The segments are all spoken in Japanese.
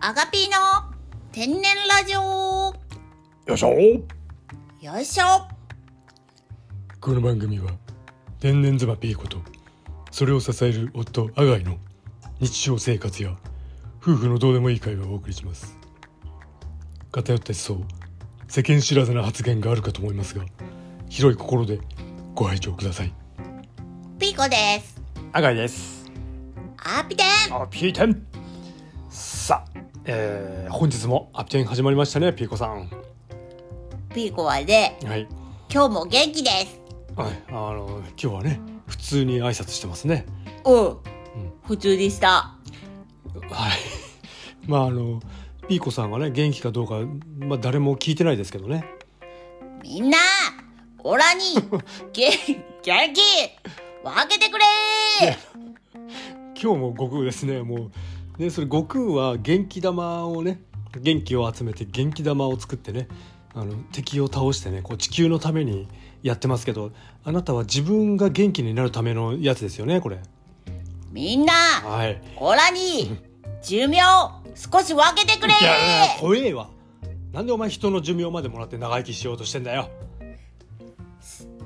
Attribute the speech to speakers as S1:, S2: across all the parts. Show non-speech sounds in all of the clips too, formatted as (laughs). S1: アガピーの天然ラジオ
S2: よいしょ
S1: よいしょ
S2: この番組は天然妻ピーコとそれを支える夫アガイの日常生活や夫婦のどうでもいい会話をお送りします偏った思想世間知らずな発言があるかと思いますが広い心でご拝聴ください
S1: ピーコです
S2: アガイです
S1: アーピテン
S2: あピーテンさあえー、本日もアピテン始まりましたねピーコさん
S1: ピーコはね
S2: はい
S1: 今日も元気です
S2: はいあの今日はね普通に挨拶してますね
S1: うん
S2: ん
S1: 普通でした
S2: はい。 (laughs) まああのピーコさんがね元気かどうかまあ誰も聞いてないですけどね。
S1: みんなオラ
S2: (laughs)
S1: にげ元気分けてくれ
S2: 今日も悟空ですね。もうねそれ悟空は元気玉をね元気を集めて元気玉を作ってね。あの敵を倒してねこう地球のためにやってますけどあなたは自分が元気になるためのやつですよねこれ
S1: みんな
S2: はい
S1: オラに寿命少し分けてくれ
S2: いやいや怖えわなんでお前人の寿命までもらって長生きしようとしてんだよ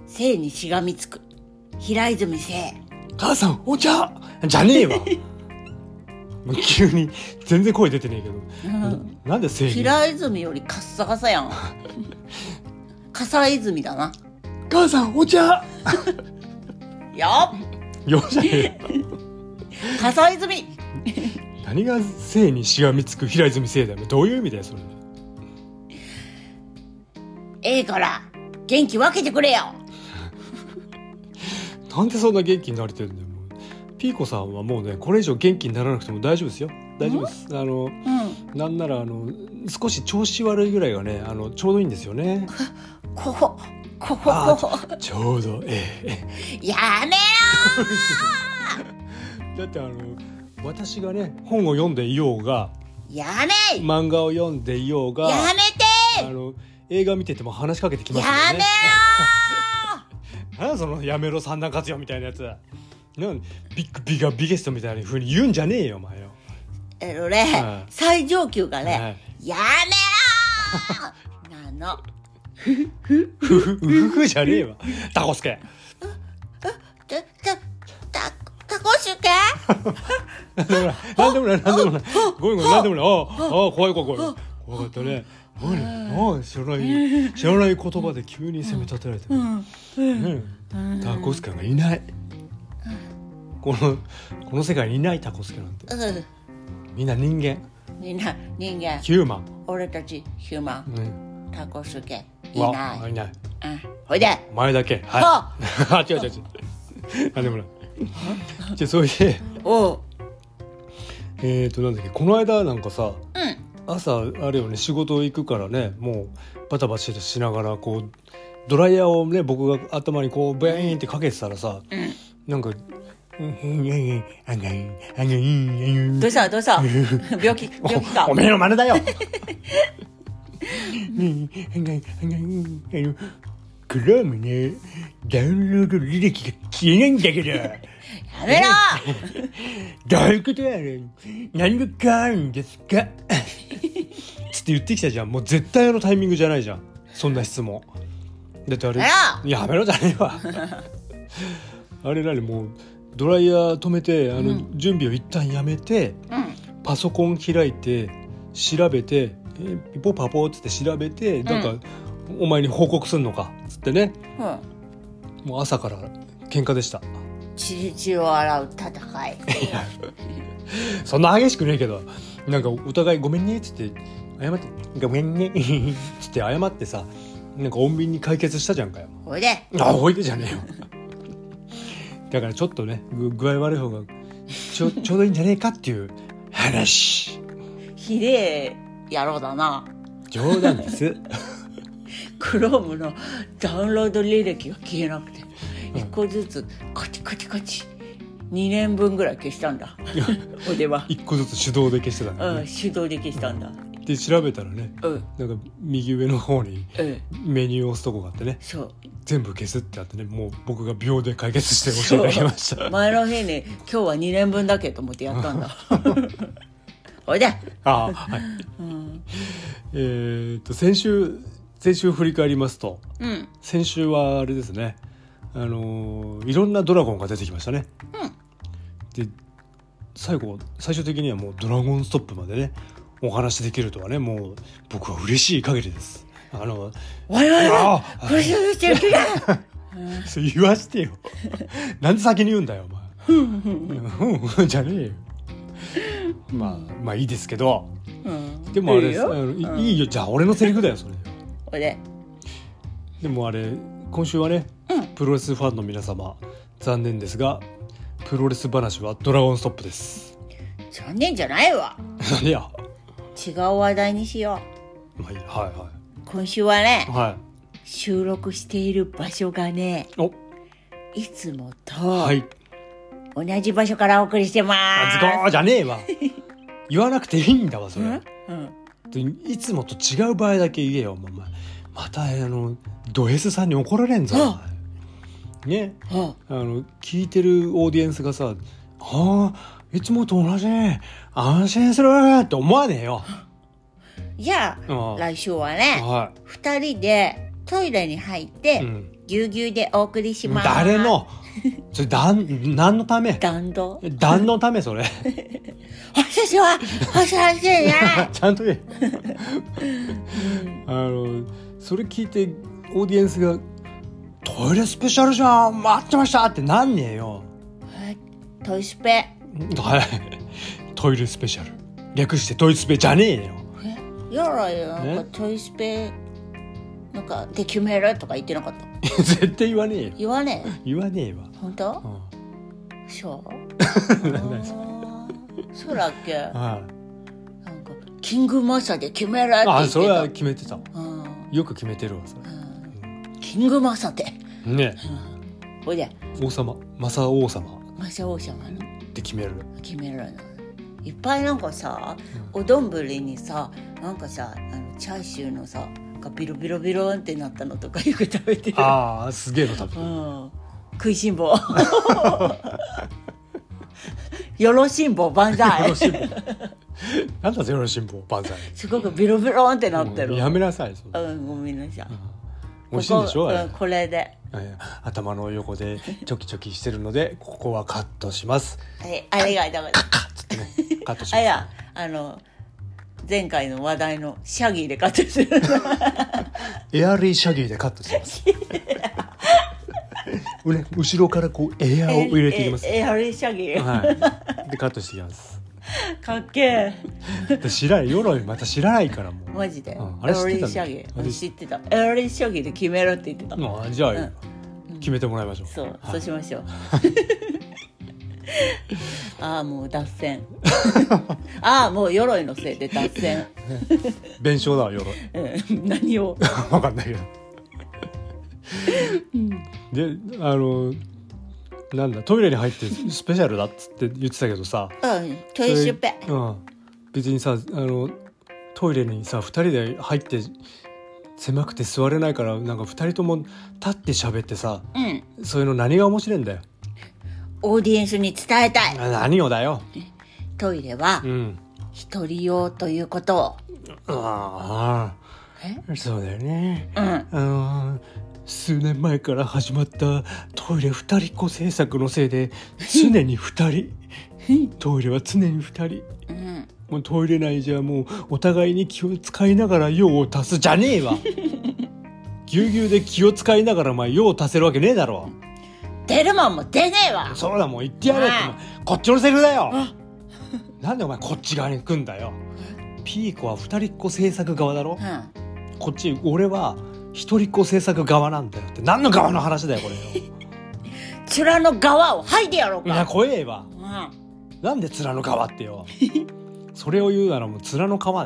S1: 生にしがみつく平泉生
S2: 母さんお茶じゃ
S1: (laughs)
S2: ねえわもう急に全然声出てねえけど、なんで正義
S1: 平泉よりカッサカサ
S2: (laughs)
S1: やん笠泉だな
S2: 母さんお茶
S1: よっ
S2: よじゃねえよ
S1: 笠泉
S2: 何が性にしがみつく平泉聖だよどういう意味だよそれ
S1: ええから元気分けてくれよ
S2: なんでそんな元気になれてるんだよもうピーコさんはもうねこれ以上元気にならなくても大丈夫ですよ大丈夫ですあの
S1: うん
S2: なんならあの少し調子悪いぐらいがねあのちょうどいいんですよね
S1: ここここ
S2: あー
S1: ここ
S2: ちょうどええ
S1: やめ
S2: だってあの私がね本を読んでいようが
S1: ろやめや
S2: 漫画を読んでいようがあ
S1: め
S2: の映画見てても話しかけてき
S1: て
S2: ま
S1: や
S2: すよ
S1: め
S2: ね
S1: ろ。
S2: なんだそのやめろ三段活用みたいなやつ。なんビッグビガビゲストみたいな風に言うんじゃねえよお前よ。
S1: えのね
S2: うん
S1: 最上級が
S2: は
S1: ね
S2: い
S1: やめろなの
S2: ふふふふじゃねえわ。タコスケ。
S1: たたたたこしゅ
S2: (laughs)
S1: け
S2: なんでもないなんでもないなんでもない。ごめんごめんなんでもない。ああああ怖い怖い怖い。怖かったね。何何知らない知らない言葉で急に責め立てられてね。ねえタコスケがいない。このこの世界にいないタコスケなんて。
S1: うん
S2: みんな人間
S1: みんな人間
S2: ヒューマン。
S1: 俺たちヒューマン
S2: ね
S1: タコスケい
S2: わ
S1: ない
S2: いない
S1: うんほいで
S2: お前だけ
S1: は
S2: はい違う違う違う何でもないじゃあそれで
S1: おう
S2: えっ、となんだっけこの間なんかさ
S1: うん
S2: 朝あれよね仕事行くからねもうバタバタしながらこうドライヤーをね僕が頭にこうブイーンってかけてたらさ、
S1: ん
S2: なんか「うんうんうんうんあんがいんあんがいんあんがいん
S1: どうしたどう
S2: (laughs)
S1: した病気病気か
S2: おめえの真似だよ。クロームね、ダウンロード履歴が消えないんだけど、
S1: やめろ
S2: どういうことやねん。何が変わるんですかつって言ってきたじゃん。もう絶対あのタイミングじゃないじゃん。そんな質問。だってあれ、
S1: や
S2: やめろじゃねえわ。あれ何もう、ドライヤー止めて、あの、準備を一旦やめて、
S1: うん
S2: パソコン開いて調べて「えピポパポ」っつって調べてなんか、お前に報告すんのか」っつってね
S1: うん
S2: もう朝から喧嘩でした
S1: 血で血を洗う戦
S2: (laughs)
S1: い
S2: そんな激しくねえけどなんかお互い「ごめんね」っつって謝って「ごめんね」っ (laughs) つって謝ってさなんか穏便に解決したじゃんかよ
S1: ほいで
S2: あおいでじゃねえよ (laughs) だからちょっとねぐ具合悪い方がちょ (laughs) ちょうどいいんじゃねえかっていう話
S1: ひでえ野郎だな
S2: 冗談 (laughs) です
S1: クロームのダウンロード履歴が消えなくて一個ずつカチカチカチ2年分ぐらい消したん
S2: (laughs)
S1: だ俺は、
S2: 一個ずつ手動で消してたね
S1: うん、手動で消したんだ
S2: で調べたらね
S1: うん
S2: なんか右上の方に
S1: うん
S2: メニューを押すとこがあってね
S1: そう
S2: 全部消すってあってねもう僕が秒で解決して
S1: (laughs)
S2: 教えてあげました (laughs)
S1: 前の日に今日は2年分だけと思ってやったんだほいで
S2: ああはい、えーっと先週先週振り返りますと
S1: うん
S2: 先週はあれですねあのーいろんなドラゴンが出てきましたね、で最後最終的にはもう「ドラゴンストップ」までねお話しできるとはねもう僕は嬉しい限りですあの
S1: おいおいおい
S2: ああ
S1: これじゃなくちゃいけない
S2: そう (laughs) 言わしてよなんで先に言うんだよお前ふんじゃねえよまあまあいいですけど
S1: うん
S2: (laughs) でもあれ
S1: いい
S2: です
S1: よ
S2: あのい
S1: うん
S2: いいよじゃあ俺のセリフだよそれ
S1: ほいで
S2: でもあれ今週はね、
S1: うん
S2: プロレスファンの皆様残念ですがプロレス話はドラゴンストップです (laughs)
S1: 残念じゃないわ
S2: 何や
S1: 違う話題にしよ
S2: まあいいは
S1: う今週はね
S2: いはいは
S1: 収録している場所がね
S2: いお
S1: いつもと
S2: はい
S1: 同じ場所からお送りしてま
S2: あズ
S1: ー
S2: コーじゃねえわ言わなくていいんだわそ
S1: す
S2: れ、
S1: うんうん
S2: でいつもと違う場合だけ言えよお前またあのド S さんに怒られんぞ
S1: あ
S2: お前ね
S1: あ
S2: あの聞いてるオーディエンスがさ「ああいつもと同じ安心する」って思わねえよ
S1: じゃ
S2: あ
S1: あ
S2: あ
S1: 来週はね
S2: は
S1: 二人でトイレに入って、
S2: い、うん、
S1: ぎゅうぎゅうでお送りします
S2: 誰のそれだん何のため
S1: 弾道
S2: 何のためそれ
S1: 私は私はしいね
S2: (laughs) ちゃんと言えあのそれ聞いてオーディエンスが「トイレスペシャルじゃん待ってました!」ってなんねえよ
S1: はいトイスペ
S2: はい。トイレスペシャル。略してトイスペじゃね
S1: (laughs)
S2: えよ。
S1: えやらよなんかトイスペなんかで決めるとか言ってなかった
S2: 絶対言わねえよ。
S1: 言わねえ
S2: 言わねえわ。
S1: 本当
S2: う
S1: そう
S2: 何そ
S1: あーそうだっけなん
S2: ん。はい。
S1: かキングマサで決めるって言ってた
S2: あ、それは決めてた。
S1: うん
S2: よく決めてるわ、そ
S1: うんキングマサで
S2: れ。ね
S1: ほいで
S2: え王様、マサ王様
S1: マサ王様の
S2: って決める。
S1: 決めるのいっぱいなんかさお丼にさなんかさあのチャーシューのさがビロビロビロンってなったのとかよく食べてる
S2: ああ、すげえの食べ
S1: う
S2: てる。
S1: ん食いしん坊よろしん坊万
S2: (laughs)
S1: 歳
S2: よろしんぼなんだゼロ辛抱、万歳。
S1: すごくビロビロンってなって
S2: も
S1: る
S2: うやめなさい。それ
S1: うんごめんなさい
S2: 美味しいんでしょ
S1: ここ
S2: あ
S1: うん
S2: れ
S1: これで
S2: ええ頭の横でチョキチョキしてるので、ここはカットします。
S1: はいありがとうございます
S2: カッつってね、カットし
S1: あ (laughs)
S2: ま
S1: い
S2: す。
S1: やあの前回の話題のシャギーで買
S2: (laughs)
S1: ってる
S2: エアリーシャギーでカットし (laughs) ます。ね、後ろからこうエアーを入れていきます。
S1: ええエアリーシャギー
S2: はい。でカットしていきます。
S1: かっけえ
S2: で知らない、鎧また知らないからもう。
S1: マジで、
S2: うんあれ知ってた
S1: エアリー
S2: の
S1: シャギー
S2: あれ
S1: 知ってたエアリーシャギーで決めろって言ってた、
S2: まあじゃあ、
S1: うん
S2: 決めてもらいましょう。
S1: そう、
S2: は
S1: そ
S2: いう
S1: しましょう (laughs) ああもう脱
S2: (laughs)
S1: 線ああもう鎧のせいで脱線、
S2: 弁償だわ鎧。 (laughs)
S1: うん、何を
S2: わかんないけど。で、あのなんだトイレに入ってスペシャルだっつって言ってたけどさ。
S1: うんトイシュペ
S2: うん、別にさあのトイレにさ2人で入って狭くて座れないからなんか2人とも立って喋ってさ
S1: うん
S2: そういうの何が面白いんだよ
S1: オーディエンスに伝えたい
S2: あ何をだよ
S1: トイレは
S2: うん
S1: 一人用ということを
S2: あ
S1: え
S2: あそうだよね
S1: うん
S2: あの数年前から始まったトイレ二人っ子政策のせいで常に2人 (laughs) トイレは常に2
S1: う
S2: 人
S1: ん
S2: もうトイレ内じゃもうお互いに気を使いながら用を足すじゃねえわぎゅうぎゅうで気を使いながらお前用を足せるわけねえだろ
S1: 出るもんも出ねえわ
S2: そうだもう言ってやれってお前こっちのセリフだよなんでお前こっち側に来んだよピーコは二人っ子制作側だろ
S1: う
S2: こっち俺は一人っ子制作側なんだよって何の側の話だよこれよ
S1: ん面の側を剥いでやろう
S2: い
S1: か
S2: や怖えわ
S1: う、
S2: なんで面の皮ってよそれを言うならもう面の皮ねも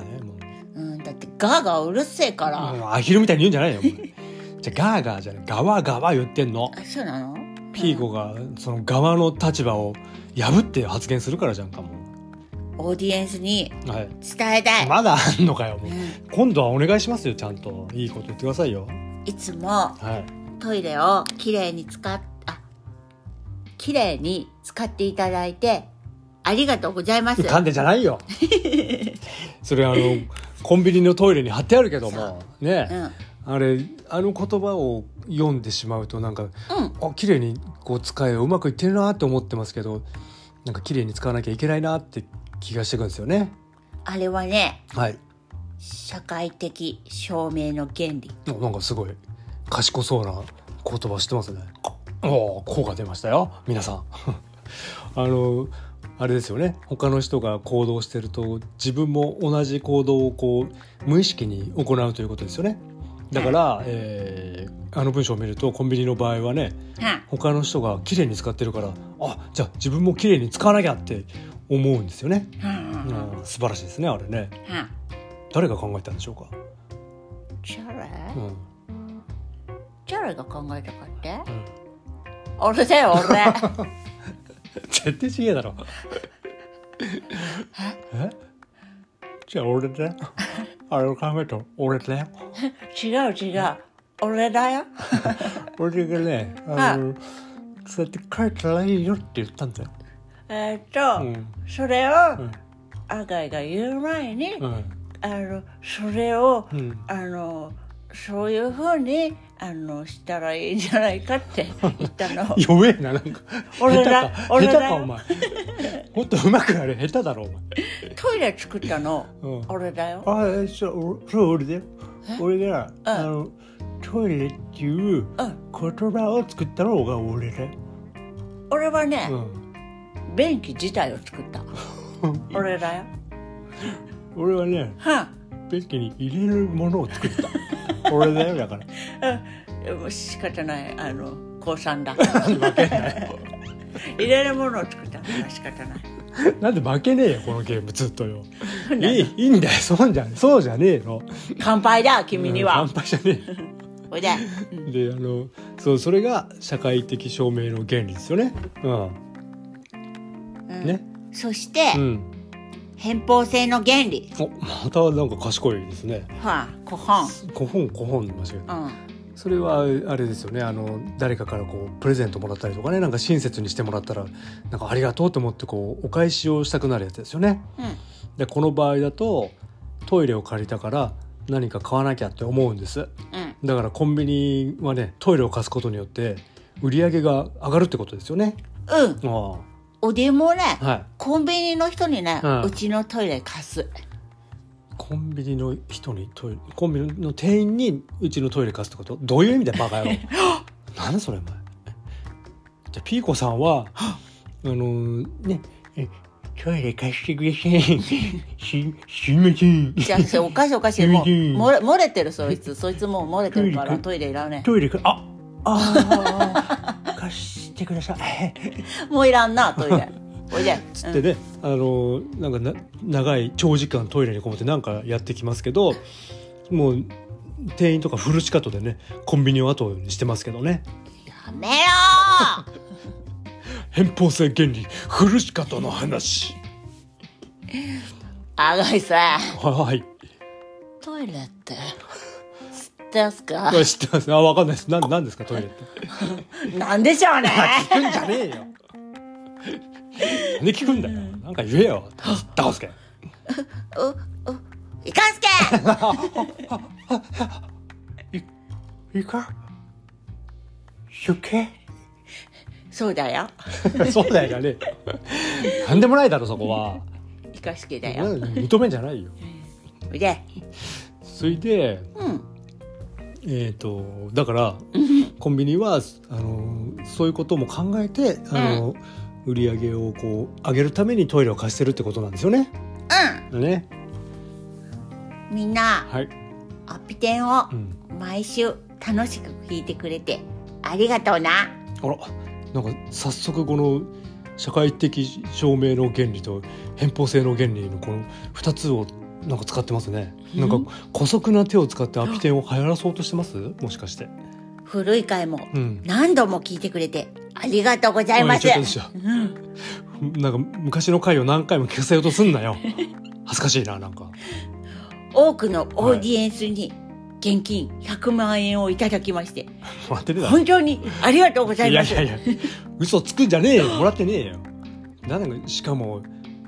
S2: うん
S1: うん、だってガーガーうるせえから、
S2: もうアヒルみたいに言うんじゃないよ。お前じゃあガーガーじゃないガワガワ言ってんの
S1: あそうなの
S2: ピーコがその側の立場を破って発言するからじゃんかも
S1: オーディエンスに
S2: うはい
S1: 伝えたい、
S2: まだあんのかよもう
S1: うん
S2: 今度はお願いしますよちゃんといいこと言ってくださいよ
S1: いつも
S2: はい
S1: トイレをきれいに使っあきれいに使っていただいてありがとうございます
S2: 噛んでじゃな
S1: (laughs)
S2: いよそれあのコンビニのトイレに貼ってあるけどもね、あれあの言葉を読んでしまうとなんか、あ綺麗にこう使えうまくいってるなって思ってますけどなんか綺麗に使わなきゃいけないなって気がしてくるんですよね
S1: あれはね
S2: はい
S1: 社会的証明の原理
S2: あなんかすごい賢そうな言葉してますねおお効果出ましたよ皆さん (laughs) あのあれですよね他の人が行動してると自分も同じ行動をこう無意識に行うということですよねだから、えーあの文章を見るとコンビニの場合はね
S1: は
S2: 他の人が綺麗に使ってるからあじゃあ自分も綺麗に使わなきゃって思うんですよね、
S1: あは
S2: うん
S1: あ
S2: 素晴らしいですねあれね
S1: はあ
S2: 誰が考えたんでしょうか、
S1: チャラ
S2: うん
S1: チャラが考えたかって
S2: うん、
S1: 俺だよ俺
S2: 絶対ちげえだろ。えじゃあ俺だよ。あれを考えたら俺だよ。
S1: (laughs) 違う違う俺だよ
S2: 俺がね、あの、そうやって書いたらいいよって言ったんだよ。
S1: えーっと、
S2: うん
S1: それを、
S2: ん
S1: アガイが言う前に、
S2: うん。
S1: あのそれを、
S2: うん
S1: あのそういうふうにあのしたらいいんじゃないかって言った
S2: (laughs)
S1: の
S2: 弱えな、なんか。
S1: 俺
S2: 下
S1: だ
S2: 手か、
S1: 俺
S2: 下
S1: だ
S2: 手かお前。 (laughs) もっとうまくあれ、下手だろ、お前。
S1: トイレ作ったの、
S2: うん
S1: 俺だよ
S2: あえそう俺そう俺だよ俺が、あのトイレっていう言葉を作ったのが俺だよ、
S1: 俺はね、
S2: うん、
S1: 便器自体を作った
S2: (laughs)
S1: 俺だよ
S2: 俺はね
S1: は
S2: 便器に入れるものを作った俺だよだから
S1: あ、うん、もう仕方ないあの高三だ
S2: 負けんなよ
S1: (laughs) 入れるものを作ったのは仕方ない
S2: なんで負けねえよこのゲームずっとよいいいいんだよそうじゃそうじゃねえの
S1: 乾杯だ君には
S2: 乾杯じゃねえよ
S1: おいで
S2: であのそうそれが社会的証明の原理ですよねうんね
S1: そして、
S2: うん
S1: 偏方性の原理
S2: おまたなんか賢いですね
S1: はあ古本
S2: 古本古本出ましたけど
S1: うん
S2: それはあれですよねあの誰かからこうプレゼントもらったりとかねなんか親切にしてもらったらなんかありがとうと思ってこうお返しをしたくなるやつですよね。
S1: うん
S2: でこの場合だとトイレを借りたから何か買わなきゃって思うんです
S1: うん
S2: だからコンビニはねトイレを貸すことによって売り上げが上がるってことですよね。
S1: うん
S2: あ
S1: おでもね
S2: あはい
S1: コンビニの人にね、
S2: う
S1: うんちのトイレ貸す
S2: コンビニの人にトイレコンビニの店員にうちのトイレ貸すってことどういう意味だよ
S1: (laughs)
S2: バカ野郎なんだそれお前じゃあピーコさんはあのーねえトイレ貸してくださ
S1: (laughs)
S2: いしすいません
S1: じゃあそれおかしいおかしいもう
S2: うん
S1: 漏れ漏れてるそいつそいつもう漏れてるから
S2: ト
S1: トイレいらんね
S2: トイレかああ
S1: (laughs)
S2: ー貸してください
S1: もういらんなトイレおいで
S2: つってね、あのなんかな長い長時間トイレにこもってなんかやってきますけどもう店員とかフルシカトでねコンビニを後にしてますけどね
S1: やめよ
S2: 偏方性原理フルシカトの話
S1: ーあがいさ
S2: はい
S1: トイレって知ってますか
S2: はい知ってますあわかんないですなんなんですかトイレって
S1: なんでしょうね
S2: 聞くんじゃねえよなんで聞くんだよなんか言えよダオスケ
S1: いかんすけ
S2: いいかゆけ
S1: そうだよ
S2: (laughs) そうだよじゃねえよなんでもないだろそこはい
S1: かすけだよ
S2: 認めんじゃないよ
S1: おいで
S2: それで
S1: うん
S2: えー、とだからコンビニはあのそういうことも考えてあの、売り上げをこう上げるためにトイレを貸してるってことなんですよね。ね
S1: うんみんな
S2: はい、
S1: アピテンを
S2: うん、
S1: 毎週楽しく聞いてくれてありがとうな
S2: あらなんか早速この社会的証明の原理と偏方性の原理のこの2つをなんか使ってますね。なんか姑息な手を使ってアピテンを流行らそうとしてますもしかして。
S1: 古い回も
S2: うん
S1: 何度も聞いてくれてありがとうございます
S2: おちょっとちょっとなんか昔の回を何回も聞かせようとすんなよ恥ずかしいななんか
S1: 多くのオーディエンスに現金100万円をいただきまして
S2: もらってねえだろ
S1: 本当にありがとうござい
S2: いや
S1: ま
S2: い
S1: す
S2: やいや嘘つくんじゃねえよもらってねえよなんかしかも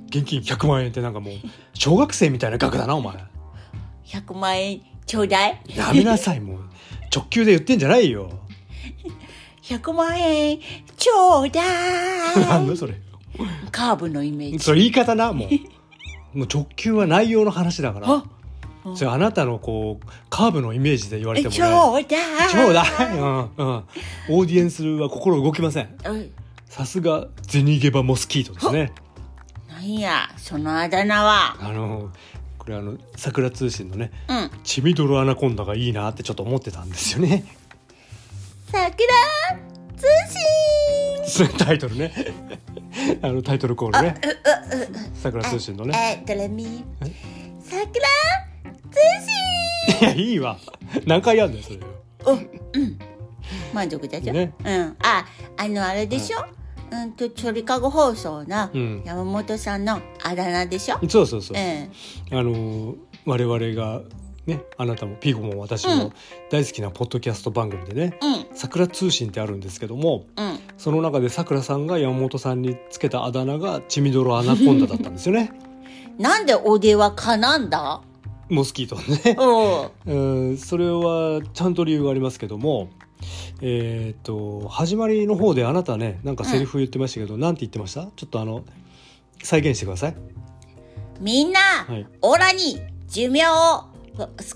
S2: 現金100万円ってなんかもう小学生みたいな額だなお前
S1: 100万円ちょうだい
S2: やめなさいもう直球で言ってんじゃないよ
S1: 100万円ちょうだ
S2: 何
S1: い
S2: だそれ
S1: カーブのイメージ
S2: それ言い方なもうもう直球は内容の話だから
S1: あ
S2: それあなたのこうカーブのイメージで言われてもね
S1: ちょうだい
S2: ちょうだい、うんうん、オーディエンスは心動きません
S1: うん
S2: さすがゼニゲバモスキートですね
S1: なんやそのあだ名は
S2: あのこれあの桜通信のね
S1: うん
S2: チビドロアナコンダがいいなってちょっと思ってたんですよ (laughs) ね
S1: 桜通信
S2: そのタイトルね (laughs) あのタイトルコールね桜通信のね
S1: えドレミ
S2: え
S1: 桜通
S2: いやいいわ何回やんだよそれ
S1: 信満足だじゃん、
S2: ね
S1: うんああのあれでしょ、うんとちょりかご放送の
S2: うん
S1: 山本さんのあだ名でしょ、
S2: そうそうそう、
S1: え
S2: あの我々がねあなたもピーゴも私
S1: う
S2: も
S1: ん
S2: 大好きなポッドキャスト番組でね
S1: えうん
S2: 「桜通信」ってあるんですけども
S1: うん
S2: その中でさくらさんが山本さんにつけたあだ名が「チミドロアナコンダ」だったんですよ (laughs) ね
S1: なんでおではかなんだ
S2: モスキートね
S1: おう
S2: うんそれはちゃんと理由がありますけどもえっ、と始まりの方であなたねなんかセリフ言ってましたけど、なんて言ってましたちょっとあの再現してください
S1: みんな、
S2: はい
S1: オラに寿命を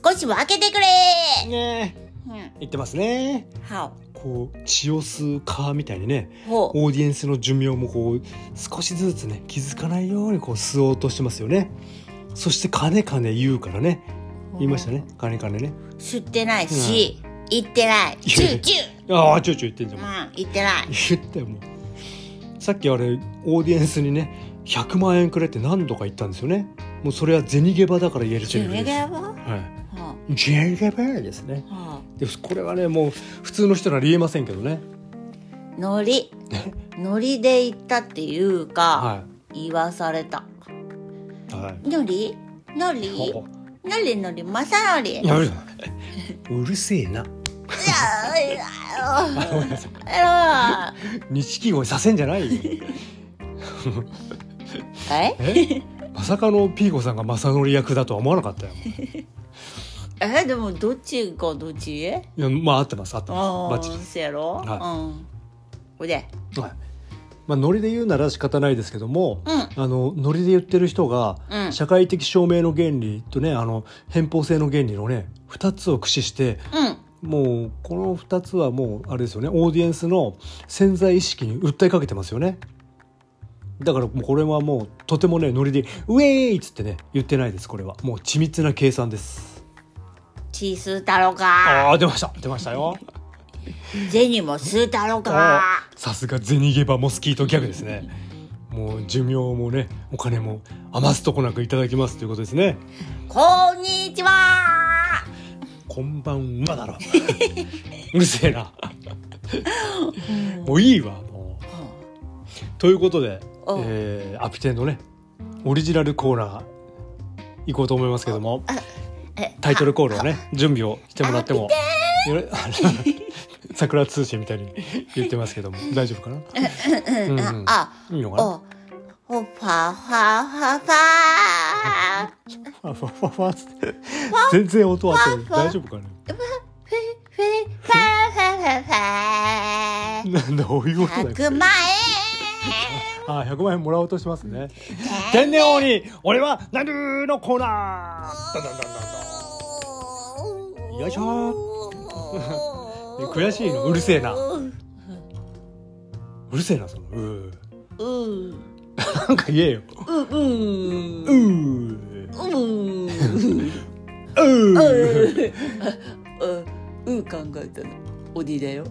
S1: 少し分けてくれ
S2: ねえ
S1: うん、
S2: 言ってますね
S1: は
S2: こう血を吸う蚊みたいにね
S1: おほう
S2: オーディエンスの寿命もこう少しずつね気づかないようにこう吸おうとしてますよねそして「かねかね」言うからね言いましたね「かねかね」ね
S1: 吸ってないし、行ってない
S2: いや
S1: チューチュ
S2: ああちょいちょい言ってんじゃんもう
S1: ーうん行ってない
S2: 言ったよもうさっきあれオーディエンスにね100万円くれって何度か言ったんですよねもうそれは銭ゲバだから言えるセリフ
S1: 夢
S2: です
S1: がやば
S2: は
S1: はい
S2: 銭ゲバですね
S1: あは
S2: でこれはねもう普通の人なら言えませんけどね
S1: あノリノリで行ったっていうか、
S2: は
S1: 言わされた
S2: いは
S1: ノリノリ
S2: いほ
S1: ノリノリマサノリ
S2: やめろうるせえな (laughs)
S1: うわ
S2: ごめんなさいう
S1: わ
S2: 錦鯉させんじゃないよ
S1: え
S2: えまさかのピーコさんが正則役だとは思わなかったよ
S1: えでもどっちがどっち
S2: いやまあ合ってます合って
S1: あ
S2: ますバッチリ
S1: あせやろ、
S2: は
S1: うんおで
S2: はいまあ、ノリで言うなら仕方ないですけども、
S1: うん
S2: あのノリで言ってる人が、
S1: うん
S2: 社会的証明の原理とねあの偏方性の原理のね2つを駆使して
S1: うん
S2: もうこの2つはもうあれですよねオーディエンスの潜在意識に訴えかけてますよねだからもうこれはもうとてもねノリで「ウェーイ!」っつってね言ってないですこれはもう緻密な計算です
S1: チー吸うたろか
S2: ああ出ました出ましたよ
S1: 銭も吸うたろ
S2: あ
S1: か
S2: ーさすがゼニゲバモスキートギャグですねもう寿命もねお金も余すとこなくいただきますということですね
S1: こんにちは
S2: こんばんはだろ (laughs) うるせえなもういいわもうということで、
S1: おう
S2: えーアピテンのねオリジナルコーナー行こうと思いますけども
S1: え
S2: タイトルコールをね準備をしてもらってもよろ (laughs) 桜通信みたいに言ってますけども大丈夫かなうんうん
S1: あ
S2: いいのかな
S1: おおファファファファ
S2: ファファファファっつって全然音合ってない
S1: ファ
S2: 大丈夫かね
S1: フェフェファファファファ
S2: なんだどういうことだよ
S1: 100万
S2: あ100万円もらおうとしてますね
S1: 円
S2: 天然王に俺はなるのコーナーだんだんだんだんよいし
S1: ょ
S2: 悔しいのうるせえなうるせえなそのうー
S1: うう
S2: なんか言えよ
S1: うう
S2: うー
S1: うう
S2: うー
S1: うう考えたのおりだよ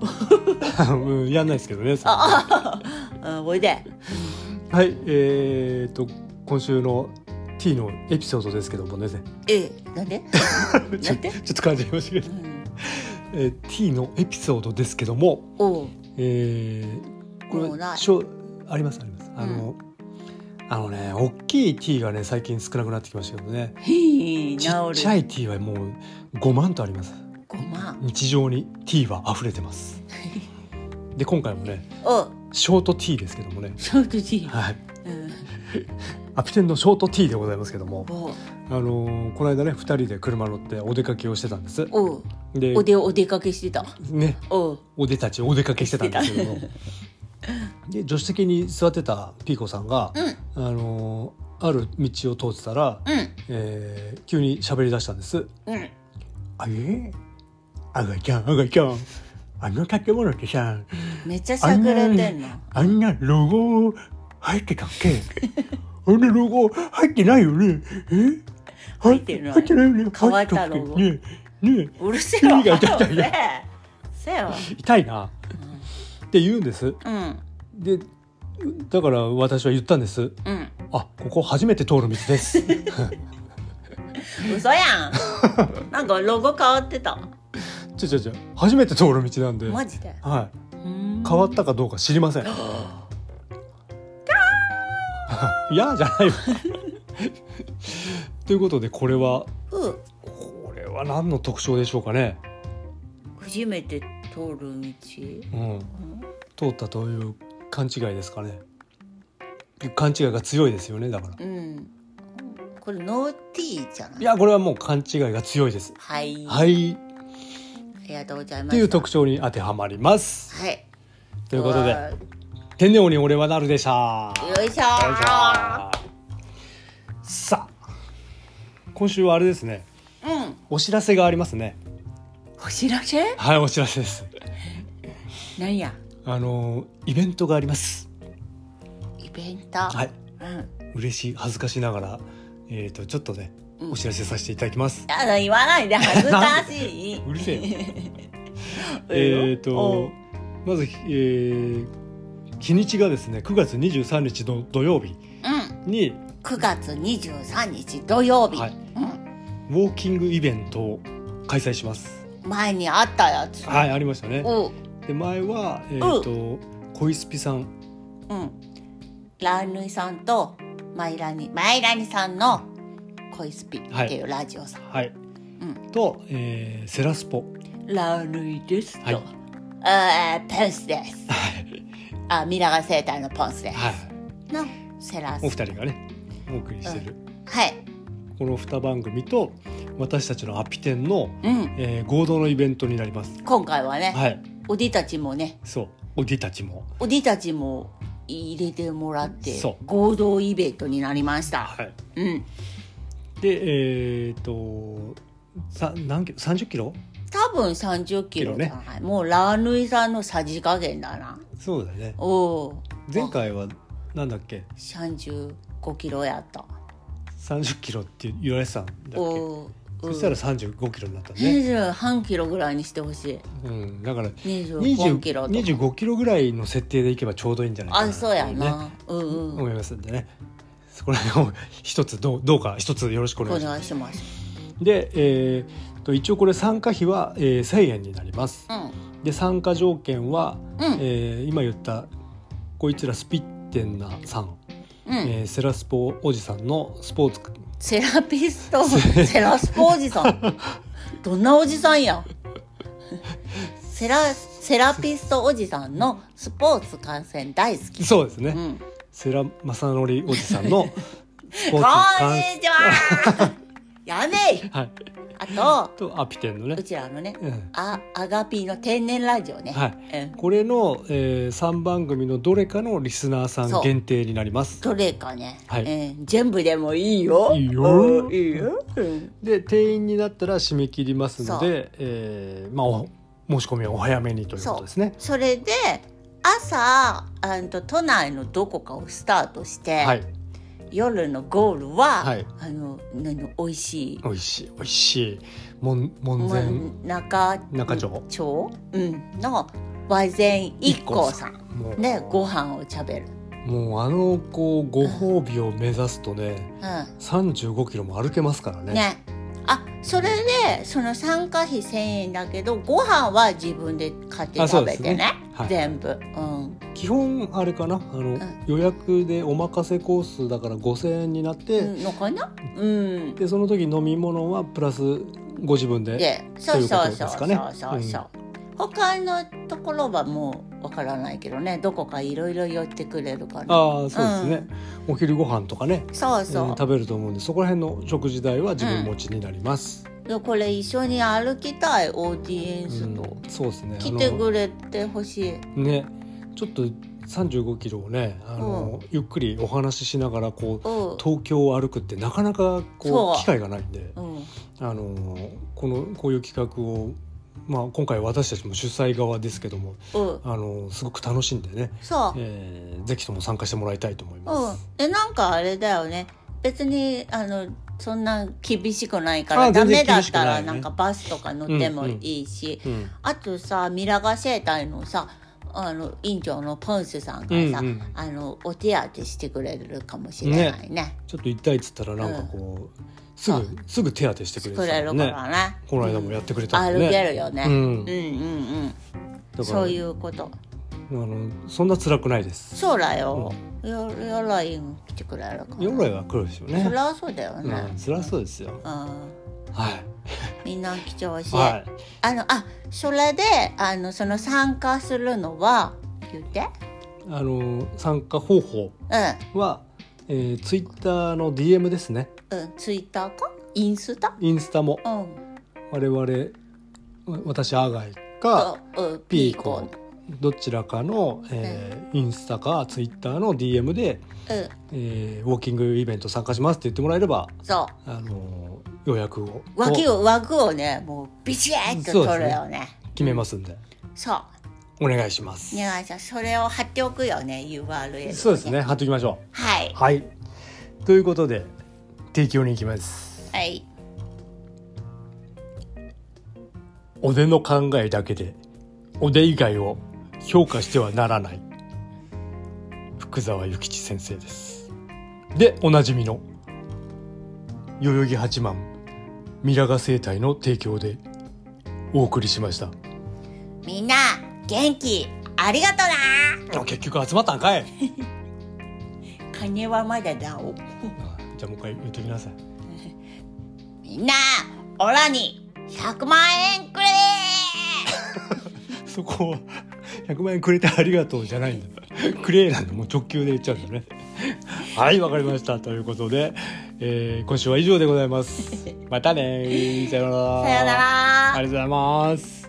S2: うんやんないですけどね
S1: ああおいで
S2: はいえー、と今週の T のエピソードですけどもねちょ
S1: ええなんでなんで
S2: ちょっと感じましたけど
S1: う、ん
S2: えー T のエピソードですけども
S1: おう
S2: えー、これ
S1: もうない
S2: しょありますありますあの、あのね大きい T がね最近少なくなってきましたけどね
S1: ひー
S2: ちっ
S1: 治
S2: ち
S1: る
S2: ゃい T はもう5万とあります
S1: 5万 (laughs)
S2: 日常に T は溢れてますで今回もね
S1: おう
S2: ショート T ですけどもね、
S1: ショート T、
S2: はい、
S1: うん、
S2: アピテンのショート T でございますけども、
S1: お
S2: あのーこの間ね2人で車乗ってお出かけをしてたんです
S1: おう
S2: で
S1: おでお出かけしてた
S2: ね
S1: おう
S2: お出たちお出かけしてたんです
S1: (laughs)
S2: けどもで助手席に座ってたピーコさんが、
S1: うん
S2: あのーある道を通ってたら、
S1: うん
S2: えー急に喋り出したんです
S1: うん
S2: 「あげあがいちゃんあがいちゃんあの建物ってさ
S1: めっちゃ探れてんの
S2: あんなロゴ入ってたっけあんなロゴ入ってないよねえ
S1: 入ってない
S2: 入ってないよね
S1: 変わったロゴ
S2: 入ってたっけねね
S1: うるせえわ
S2: 意味が痛い痛い
S1: せえせえわ
S2: 痛いな、って言うんです
S1: うん
S2: でだから私は言ったんです
S1: うん
S2: あここ初めて通る道です
S1: (laughs) 嘘やん
S2: (laughs)
S1: なんかロゴ変わってた
S2: ちょちょちょ初めて通る道なんで、
S1: マジで
S2: はい、
S1: 変
S2: 変わったかどうか知り (gasps) ませんいやじゃないわ (laughs) ということでこれは
S1: うん
S2: これは何の特徴でしょうかね、
S1: 初めて通る道
S2: うん、通ったという勘違いですかね勘違いが強いですよねだから
S1: うんこれノーティーじゃない
S2: いやこれはもう勘違いが強いです
S1: はい、
S2: はいっ
S1: ありがとうございます
S2: ていう特徴に当てはまります
S1: はい
S2: ということ
S1: わ
S2: で天然鬼俺はなるでした
S1: ーよいしょ
S2: よいし
S1: ー
S2: ょさあ今週はあれですね
S1: うん
S2: お知らせがありますね
S1: お知らせ
S2: はいお知らせです
S1: なんや
S2: あのイベントがあります
S1: イベント
S2: は
S1: はいうん
S2: 嬉しい恥ずかしながらえっ、とちょっとね
S1: うん
S2: お知らせさせていただきます、
S1: ただ言わないで恥ずかし
S2: (laughs)
S1: い
S2: うるせえよえ
S1: え
S2: っとまず、えー日にちがですね9月23日の土曜日
S1: うん
S2: に、
S1: 9月23日土曜日、
S2: はい、
S1: うん、
S2: ウォーキングイベントを開催します
S1: 前にあったやつ
S2: はいありましたね
S1: うん
S2: で前はえっ、と、小イスピさん
S1: うんランヌイさんとマイラニマイラニさんの「恋スピ」っていうラジオさん、
S2: はい、
S1: う
S2: と、えーセラスポ
S1: ランヌイですと、
S2: はい
S1: あーポンスです
S2: はい、
S1: あミラガ生態のポンスです、
S2: はい、
S1: のセラス
S2: お二人がねお送りしてる、
S1: はい
S2: この2番組と私たちのアピテンの、
S1: うん
S2: えー合同のイベントになります
S1: 今回はね、
S2: はい
S1: おじたちもね
S2: そうおじたちも
S1: おじたちも入れてもらって
S2: そう
S1: 合同イベントになりました
S2: はい
S1: うん
S2: でえっ、とさ何キロ30キロ
S1: 多分30キロ
S2: キロね
S1: じゃない、もうランヌイさんのさじ加減だな
S2: そうだね
S1: おお
S2: 前回はなんだっけ
S1: 35キロやった
S2: 30キロって言われてたんだっけ
S1: お
S2: そしたら35キロになったね、
S1: 20半キロぐらいにしてほし
S2: うん、だから
S1: い25キロとか
S2: 25キロぐらいの設定でいけばちょうどいいんじゃないかな
S1: あそうや
S2: ね
S1: な、うんうん
S2: 思いますんでねそこら辺を一つどうどうか一つよろしくお
S1: お
S2: 願いしま
S1: 願いします
S2: すで、えー、と一応これ参加費は、えー、1000円になります
S1: うん
S2: で参加条件は、
S1: うん
S2: えー今言ったこいつらスピッテンナさん、
S1: うん、
S2: えーセラスポおじさんのスポーツ
S1: セラピストセラスポおじさんどんなおじさんやセラセラピストおじさんのスポーツ観戦大好き、
S2: そうですね、
S1: うん、こんに
S2: セラマサノリおじさ
S1: (laughs)
S2: んのスポ
S1: ち
S2: ーツ観
S1: はやめい
S2: はい
S1: あと
S2: とアピテンのね
S1: う、ちらのね
S2: うん、
S1: あアガピーの天然ラジオね、
S2: はい
S1: うん、
S2: これの、え3番組のどれかのリスナーさ
S1: そ
S2: ん
S1: う
S2: 限定になります
S1: どれかね、
S2: はい
S1: うん、全部でもいいよ
S2: いいよ
S1: うんいいよ、うん
S2: で定員になったら締め切りますので、えーまあ、お申し込みはお早めにということですね。
S1: それで朝あんと都内のどこかをスタートして、
S2: はい、
S1: 夜のゴールは、
S2: はい
S1: あの何の美味しい
S2: 美味しい美味しい門門
S1: まあ
S2: 前
S1: 中
S2: 中町
S1: 町、うん、の和膳一行さん
S2: もう
S1: でご飯を食べる、
S2: もうあのこうご褒美を目指すとね、
S1: う
S2: 35キロも歩けますからね。
S1: ん、ねあそれでその参加費1,000円だけどご飯は自分で買って
S2: あそ
S1: 食
S2: うで
S1: べ
S2: す
S1: て
S2: ね
S1: ね
S2: はい
S1: 全部、うん、
S2: 基本あれかな、あの、
S1: ん
S2: 予約でお任せコースだから5000円になって、
S1: のかなうん
S2: でその時飲み物はプラスご自分で。
S1: でそうそう
S2: とい
S1: そう
S2: うことです
S1: そ
S2: か
S1: う
S2: ね
S1: そうそう、他のところはもうわからないけどねどこかいろいろ寄ってくれるかな
S2: ああそうですね、お昼ご飯とかね、
S1: そうそう、
S2: うん食べると思うんでそこら辺の食事代は自分持ちになります、
S1: でこれ一緒に歩きたいオーディエン
S2: う
S1: ス
S2: ん
S1: と、
S2: そうですね
S1: 来てくれてほしい
S2: あのねちょっと35キロをねあの、ゆっくりお話ししながらこう
S1: うん
S2: 東京を歩くってなかなか
S1: そ
S2: こ
S1: う
S2: う機会がないんで
S1: うん
S2: あのこのこういう企画を、まあ、今回私たちも主催側ですけども
S1: うん
S2: あのすごく楽しんでね、
S1: そう、
S2: えーぜひとも参加してもらいたいと思いま
S1: うん
S2: す。、
S1: でなんかあれだよね別にあのそんな厳しくないか
S2: あ
S1: らダ
S2: 全
S1: メ
S2: 然
S1: だ
S2: 厳
S1: っ
S2: しく
S1: た
S2: な
S1: ら
S2: いね
S1: なんかバスとか乗ってもいいし、
S2: うん
S1: あとさミラガ生態のさあの院長のポンスさんがさ、
S2: うんうん
S1: あのお手当てしてくれるかもしれないね
S2: ちょっと一体っつったらなんかこう、す
S1: あ
S2: ぐすぐ手当てして
S1: し
S2: く
S1: て
S2: れ
S1: くれ
S2: てた
S1: る
S2: もん
S1: か
S2: ね
S1: らね
S2: この間もやってくれたもん
S1: 歩
S2: ね。
S1: けるよね、
S2: う
S1: うん、
S2: ん
S1: うんうんう
S2: だ
S1: ん
S2: から
S1: そういうこと
S2: あのそんな辛くないです。
S1: そうだよ、よよらいん来てくれるかな
S2: 夜来は来るでしょうね。
S1: そりゃそうだよね、
S2: うん、辛そうですよ。
S1: うん
S2: は
S1: みんな来てほし
S2: い
S1: い、
S2: は
S1: あのあそれであのその参加するのは言って
S2: い。あの参加方法
S1: う
S2: は、えー、ツイッターの DM ですね。
S1: んうんツイッターかインスタ
S2: インスタも
S1: うん
S2: 我々私アガイか
S1: とうん
S2: ピ
S1: ピ
S2: ー
S1: ーコ
S2: コどちらかの、えーインスタかツイッターの DM で、
S1: うん
S2: えーウォーキングイベント参加しますって言ってもらえれば、
S1: そ
S2: あのー予約を
S1: う脇を枠をねもうビシッと取るよね
S2: 決めますんで
S1: そう
S2: お願いします。
S1: ねあじゃあそれを貼っておくよね URL を
S2: そうですね貼っときましょ。
S1: はいう
S2: はいということで提供に行きます。
S1: はい
S2: おでの考えだけでおで以外を評価してはならない福沢諭吉先生ですでおなじみの代々木八幡ミラガ生態の提供でお送りしました
S1: みんな元気ありがとう
S2: あ結局集まったんかい
S1: な金はまだだお
S2: (laughs) あじゃあもう一回言ってみなさい
S1: みんなオラに100万円くれ
S2: そ (laughs) こは100万円くれてありがとうじゃないんだクレーなんでもう直球で言っちゃうんだね (laughs) はいわかりましたということで、えー今週は以上でございますまたねーさようなら
S1: さよなら
S2: ありがとうございます